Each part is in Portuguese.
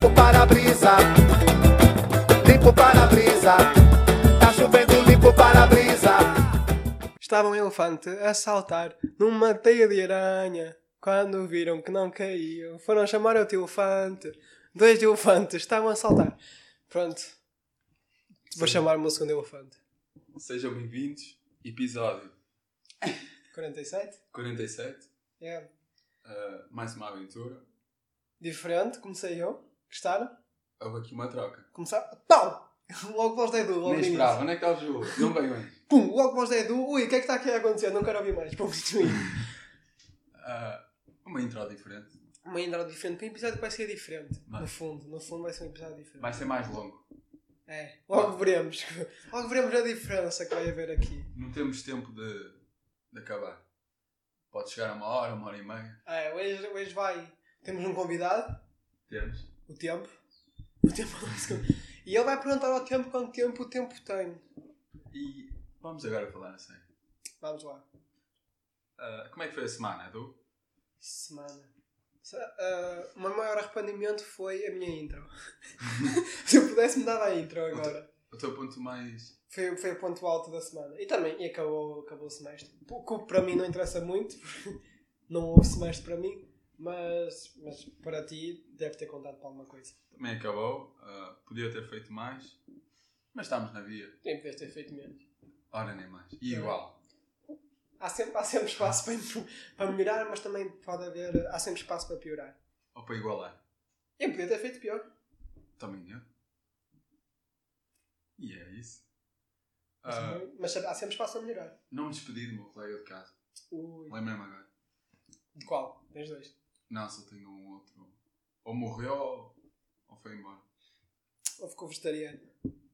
Tá estava um elefante a saltar numa teia de aranha. Quando viram que não caíam, foram chamar outro elefante. Dois elefantes estavam a saltar. Pronto. Vou chamar-me o segundo elefante. Sejam bem-vindos. Episódio 47? 47. É. ah, mais uma aventura. Diferente, comecei eu. Gostaram? Houve aqui uma troca. Começar. Pau! Logo para os Dedu, logo Nem no início. esperava. Onde é que está o jogo? Não veio bem. Pum! Logo para os Dedu. Ui, o que é que está aqui a acontecer? Não quero ouvir mais. Pum, substituir. Ah, uma intro diferente. Uma intro diferente. Tem episódio que vai ser diferente. Vai. No fundo, no fundo vai ser um episódio diferente. Vai ser mais longo. É. Logo veremos. Logo veremos a diferença que vai haver aqui. Não temos tempo de, de acabar. Pode chegar a uma hora, uma hora e meia. É, hoje, hoje vai. Temos um convidado, Temos. o tempo. O tempo E ele vai perguntar ao tempo quanto tempo o tempo tem. E vamos agora falar a sério. Vamos lá. Ah, como é que foi a semana, Edu? Semana. Se- ah, o meu maior arrependimento foi a minha intro. Se eu pudesse mudar a intro agora. O teu ponto mais. Foi, foi o ponto alto da semana. E também, e acabou, acabou o semestre. O que para mim não interessa muito, porque não houve semestre para mim, mas, mas para ti deve ter contado para alguma coisa. Também acabou. ah, podia ter feito mais. Mas estamos na via. Tem que ter feito menos. Ora nem mais. E É. igual. Há sempre, há sempre espaço para, para melhorar, mas também pode haver. Há sempre espaço para piorar. Ou para igualar. Eu podia ter feito pior. Também eu. E é isso. Mas, Ah, também- mas há sempre espaço para melhorar. não me despedi do meu colega de casa. Ui. Lembrei-me agora. De qual? Tens dois. Não, só tenho um outro. Ou morreu ou, ou foi embora. Ou ficou vegetariano.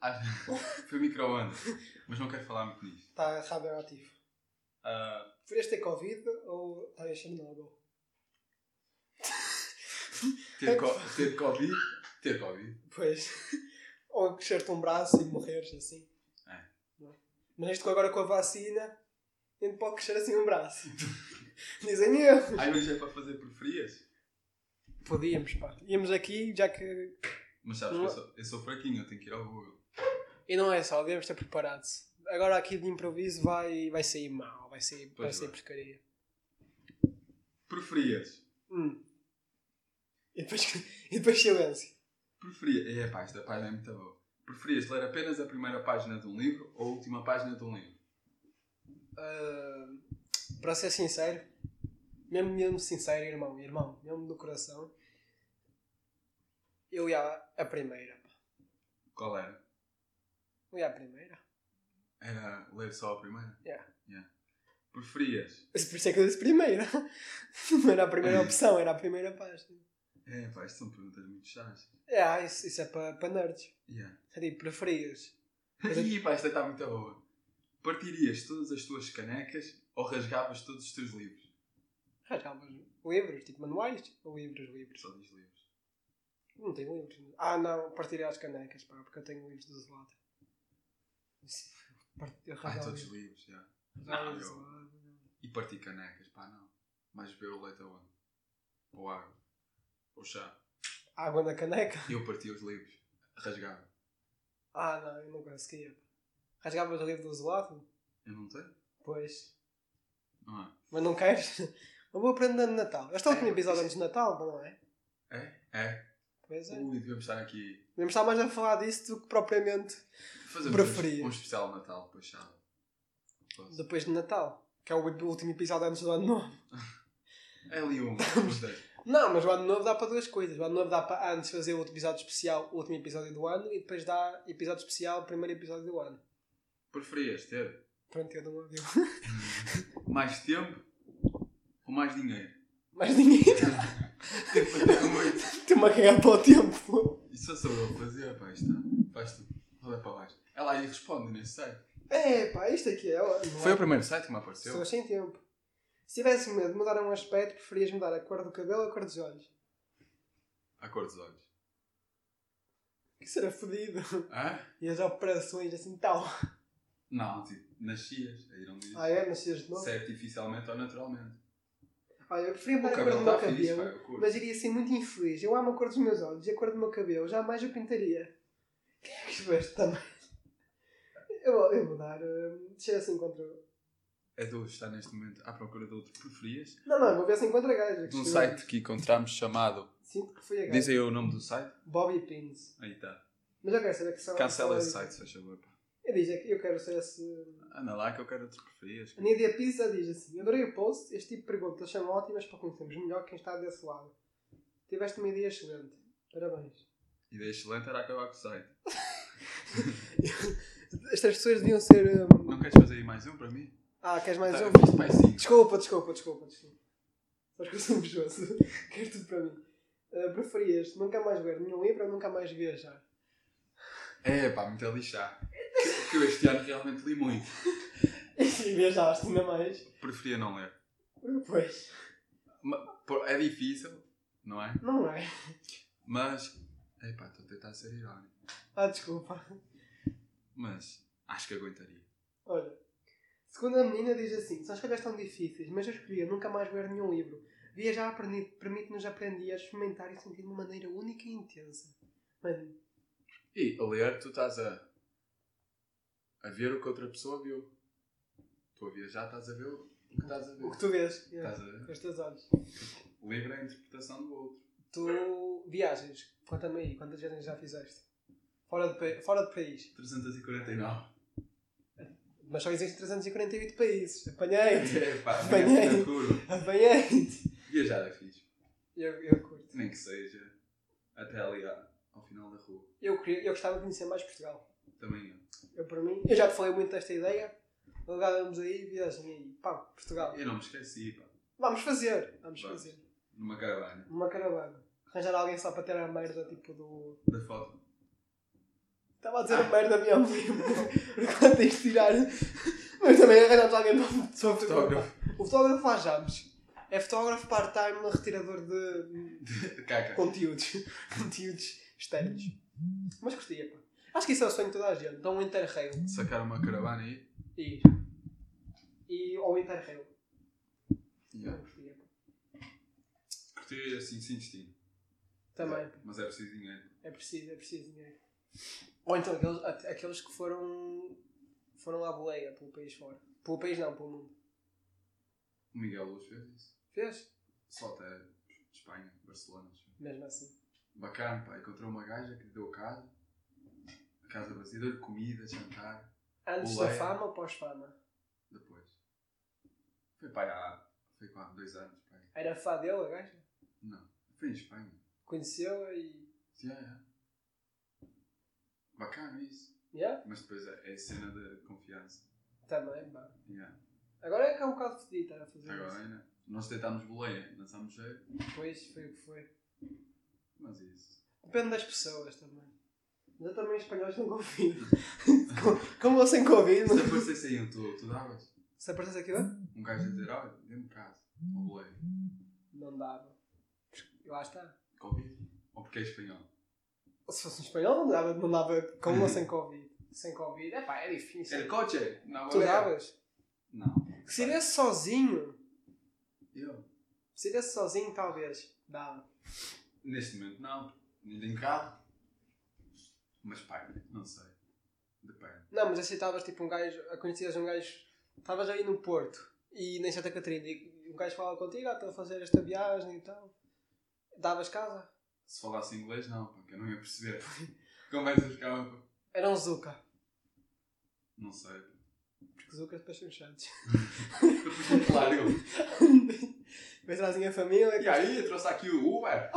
Ah, foi micro-ondas. Mas não quero falar muito nisso. Está é radioativo. Ah, Preferias ter Covid ou estar em Chernobyl? ter, co ter Covid. Ter Covid. Pois. ou crescer-te um braço e morreres assim. É. Não é? Mas isto agora com a vacina, ainda pode crescer assim um braço. Dizem eu. Ai, mas é para fazer por frias. Podíamos, pá. Íamos aqui, já que. Mas sabes que eu sou, eu sou fraquinho, eu tenho que ir ao Google. E não é só, devemos ter preparado. se Agora aqui de improviso vai, vai sair mal, vai sair, vai Pois sair vai. porcaria. Preferias. Hum. E, depois, e depois silêncio. Preferias. É, pá, esta página é muito boa. Preferias ler apenas a primeira página de um livro ou a última página de um livro? Ah, para ser sincero, mesmo, mesmo sincero, irmão, irmão, mesmo do coração, eu ia à primeira. pá. Qual era? Eu ia à primeira. Era ler só a primeira? Yeah. Yeah. Preferias? Por isso é que eu disse primeira. Não era a primeira opção, era a primeira página. É, pá, isto são perguntas muito chatas. É, ah, isso, isso é para para nerds. Yeah. É tipo, preferias? Mas é- Ih, pá, esta está muito boa. Partirias todas as tuas canecas ou rasgavas todos os teus livros? Rasgavas livros, tipo manuais? Ou livros, livros? Só diz livros. Não tenho livros. Ah, não, partirei as canecas, pá, porque eu tenho livros do Zelada. Isso, part- eu Ah, rasgava todos os livros. livros, já. Rasgava Não, livros eu- do Zelada. E partir canecas, pá, não. Mas beber o leite aonde? Ou água? Ou chá? Água na caneca? Eu partia os livros. Rasgava. Ah, não, eu não conseguia. Rasgavas o livro do isolado? Eu não tenho? Pois. Não é? Mas não queres? Não vou aprender no Natal. Este é o último É, episódio isso- antes de Natal, não é? É? É? Pois é. Ui, devemos estar aqui. Devemos estar mais a falar disso do que propriamente Fazemos Preferias? um, um especial de Natal, depois chá. Posso? depois de Natal. Que é o último episódio antes do Ano Novo. É ali um. uns dois. Não, mas o Ano Novo dá para duas coisas. O Ano Novo dá para antes fazer outro episódio especial, o último episódio do ano, e depois dá episódio especial, primeiro episódio do ano. Preferias ter Pronto, eu não ouvi. mais tempo ou mais dinheiro? Mais dinheiro. Tempo até à noite. Estou-me a cagar para o tempo. Isso sou eu a fazer, pá, está. Faz tu. Olha para baixo. Ela aí responde nesse site. É, pá, isto aqui é. o- não Foi é? o primeiro site que me apareceu. Pessoas sem tempo. Se tivesse medo de mudar um aspecto, preferias mudar a cor do cabelo ou a cor dos olhos? A cor dos olhos. Que será fodido. Hã? E as operações assim tal. Não, tipo, nascias. Aí não diz. Ah é? Nascias de novo? Se é artificialmente ou naturalmente. Olha, eu preferia O mudar a cor do cabelo meu está fixe, pá, cabelo, eu curto. mas iria ser muito infeliz. Eu amo a cor dos meus olhos e a cor do meu cabelo, jamais eu pintaria. Quem é que estiveste também? Eu vou, eu vou dar. hum, Deixa assim contra. é dois, está neste momento à procura de outro, preferias? Não, não, vou ver se encontra a gaja. que De um escreveu. site que encontramos chamado. Sinto que foi a gaja. Diz aí o nome do site. Bobby Pins. Aí está. Mas eu quero saber que são. Cancela esse são- site, se faz favor. pá. Eu, diz, é que eu quero saber se. Anda lá que eu quero outro, preferias? A Nidia Pisa diz assim: Adorei o post, este tipo de perguntas são ótimas para conhecermos melhor quem está desse lado. Tiveste uma ideia excelente. Parabéns. Ideia excelente era acabar com o site. Estas pessoas deviam ser. hum, Não queres fazer aí mais um para mim? Ah, queres mais Tá, um? eu fiz mais cinco. Desculpa, desculpa, desculpa, desculpa. Sabes que eu sou invejoso. Queres tudo para mim. Ah, preferias nunca mais ver nenhum livro ou nunca mais viajar? É pá, muito a lixar. Que eu este ano realmente li muito. E viajaste ainda mais. Preferia não ler. Pois. Pô, É difícil, não é? Não é? Mas. É pá, estou a tentar ser irónico. Ah, desculpa. Mas acho que aguentaria. Olha, segunda menina diz assim: são escolhas tão difíceis, mas eu escolhia nunca mais ver nenhum livro. Viajar perni- permite-nos aprender, experimentar e sentir de uma maneira única e intensa. Mano, E a ler, tu estás a. a ver o que outra pessoa viu. Tu a viajar, estás a ver o que estás a ver. o que tu vês é, Estás a ver? com os teus olhos. O livro é a interpretação do outro. Tu viajas, conta-me aí, quantas viagens já fizeste? Fora de, pa- fora de país. 349. Mas só existem 348 países. Apanhei-te! É pá, Bem, nem é. é curva. Apanhei-te! Viajar é fixe. Eu, eu curto. Nem que seja até ali à- ao final da rua. Eu, queria, eu gostava de conhecer mais Portugal. Também é. eu. Eu, para mim, eu já te falei muito desta ideia. Alugávamos aí, viagem aí, pá, Portugal. Eu não me esqueci, pá. Vamos fazer. Vamos Vamos. fazer. Numa caravana. Uma caravana. Arranjar alguém só para ter a merda, tipo do... Da foto. Estava a dizer a merda mesmo. Quando tens de tirar... Mas também arranjamos alguém para só fotógrafo. Fotógrafo. O fotógrafo lá jamos. É fotógrafo part-time, retirador de De caca. conteúdos. conteúdos externos. Mas gostaria, pá. Acho que isso é o sonho de toda a gente. Dá um interrail. Sacar uma caravana aí. E... E... Ou interrail. E Eu eu gostaria, pá. Curtir assim sem destino. Também. Mas é preciso dinheiro. É preciso, é preciso dinheiro. Ou então aqueles, at- aqueles que foram foram à boleia pelo país fora. Pelo país não, pelo mundo. O Miguel Luz fez isso. Fez? Só até Espanha, Barcelona. acho eu. Mesmo assim. Bacana, pá. Encontrou uma gaja que lhe deu casa. A casa vazia. Deu-lhe comida, jantar. Antes da Boleia. fama ou pós-fama? Depois. Foi pá, há... Foi pá, há dois anos, pá. Era fã dele, a gaja? Não. Foi em Espanha. Conheceu-a e. Já, já. Bacana isso. Yeah? Mas depois é, é cena de confiança. Também, pá. Yeah. Agora é que é um bocado fedido estar a fazer Agora é. ainda. Nós tentámos boleia, lançámos jeito, isso. Pois, foi o que foi. mas isso. Depende das pessoas também. Mas eu também em espanhóis não convido. Com- Como ou sem convido? Se aparecesse aí um tu, tu davas? Se aparecesse aqui, não? Um gajo a dizer, olha, dê-me casa. Ou boleia. Não dava. Lá está. Covid. Ou porque é espanhol. Se fosse um espanhol, não dava, não dava com ou sem Covid. Sem Covid, é pá, é difícil. El coche. Não, tu davas? Não. Se tivesse sozinho, Eu? se tivesse sozinho, talvez dava. Neste momento não. Nem tenho carro. Mas pá, não sei. Depende. Não, mas aceitavas tipo um gajo, conhecias um gajo, estavas aí no Porto e nem Santa Catarina e um gajo falava contigo, ah, estou a fazer esta viagem e tal. Davas casa? Se falasse inglês, não, porque eu não ia perceber. Conversas ficavam. Era um Zuka. Não sei. Porque Zuka é depois são chatos. Claro, eu. Depois trazem a família. E aí, trouxe aqui o Uber.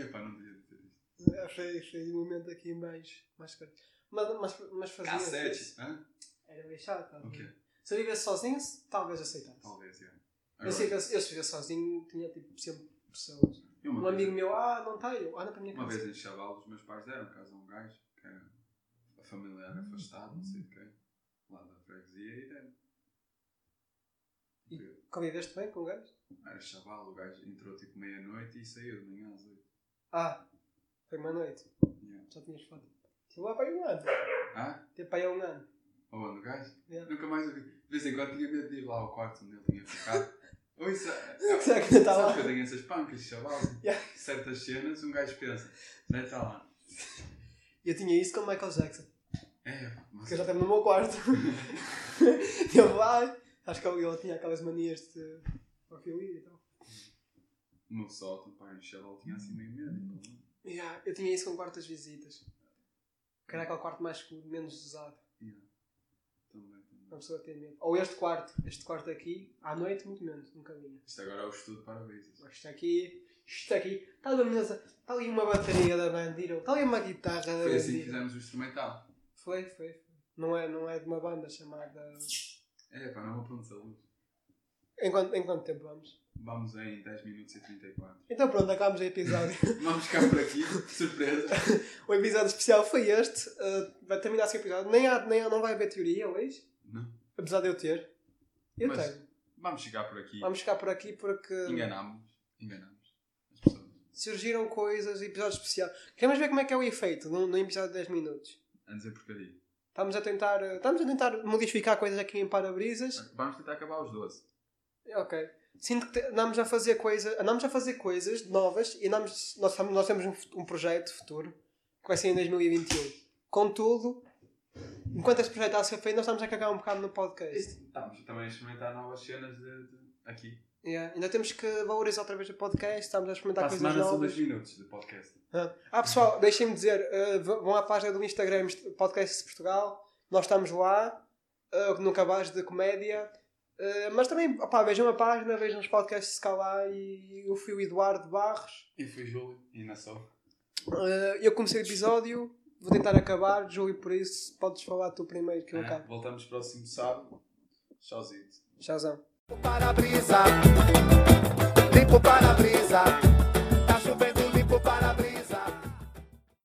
Epá, não devia dizer isto. Ah, Foi, foi um momento aqui mais. mais... caro. Mas, mas, mas fazia. K7. Hã? Era lixado, tá? O quê? Se eu vivesse sozinho, se- talvez aceitasse. Talvez, já. Agora, Eu sei que eu, eu se vivesse sozinho, tinha tipo sempre pessoas. eu Um uma, amigo vez, meu, ah, não está eu, anda para a minha uma casa. vez em Chaval, os meus pais deram casa a um gajo que era a família era Hum. afastada, não sei de quem, lá da freguesia e deram. E- Conviveste bem com o gajo? Era Chaval, o gajo entrou tipo meia-noite e saiu de manhã às oito. Ah, foi uma noite, Yeah. já tinhas foto. Tive lá para aí um ano, Ah? tive para aí um ano. Ou onde o gajo? Yeah. Nunca mais ouvi. De vez em quando tinha medo de ir lá ao quarto onde ele tinha ficado. Ou isso. Será é- que ainda está é tá lá? Sabe que eu tenho essas pancas, chaval? Yeah. Certas cenas, um gajo pensa, deve estar lá. Eu tinha isso com o Michael Jackson, É, mas que eu já estava no meu quarto. eu vai, Acho que ele ele tinha aquelas manias de pedofilia e tal. No sótão, pá, o Sheldon tinha assim meio medo. Então, Yeah, eu tinha isso com quartas visitas. Que era aquele quarto mais escuro, menos usado. yeah. Também, também. Uma pessoa tem medo. Ou este quarto. Este quarto aqui, à noite, muito menos. Nunca vinha. Isto agora é o estudo para vezes. Mas isto aqui, isto aqui. Está ali, uma mesa, está ali uma bateria da bandira. Está ali uma guitarra da Foi assim que bandira. fizemos o instrumental. Foi, foi, foi. Não é, não é de uma banda chamada... É, pá, não apontes a luz. Em quanto, em quanto tempo vamos? Vamos em 10 minutos e 34. Então pronto, acabamos o episódio. Vamos ficar por aqui, surpresa. o episódio especial foi este. Uh, vai terminar-se o episódio. Nem, há, nem há- não vai haver teoria hoje. Não. Apesar de eu ter. Eu Mas- tenho. Vamos chegar por aqui. Vamos ficar por aqui porque... Enganámos. Enganámos. As pessoas. surgiram coisas, episódios especiais. Queremos ver como é que é o efeito num, num episódio de 10 minutos. A dizer porcaria. Estamos a tentar, eh, estamos a tentar modificar coisas aqui em para-brisas. Vamos tentar acabar os 12. Ok. Sinto que te- andamos a fazer coisas, andamos a fazer coisas novas e andamos, nós, tam- nós temos um, fut- um projeto futuro que vai ser em 2021. Contudo, enquanto esse projeto está a ser feito, nós estamos a cagar um bocado no podcast. Estamos Tá, também a experimentar novas cenas de, de- aqui. Yeah. Ainda temos que valorizar outra vez o podcast, estamos a experimentar Para a coisas semana são novas. 2 minutos de podcast. Ah, pessoal, deixem-me dizer, eh, v- vão à página do Instagram Podcast de Portugal, nós estamos lá, eh, num cabaz de comédia, eh, mas também, opá, vejam a página, vejam os podcasts cá lá e eu fui o Eduardo Barros. E fui Júlio. E na sou. Eh, eu comecei o episódio, vou tentar acabar, Júlio, por isso podes falar tu primeiro que eu Ah, acabo. voltamos próximo sábado. Tchauzito. Tchauzão. Limpo para a brisa, Tá limpo para a brisa,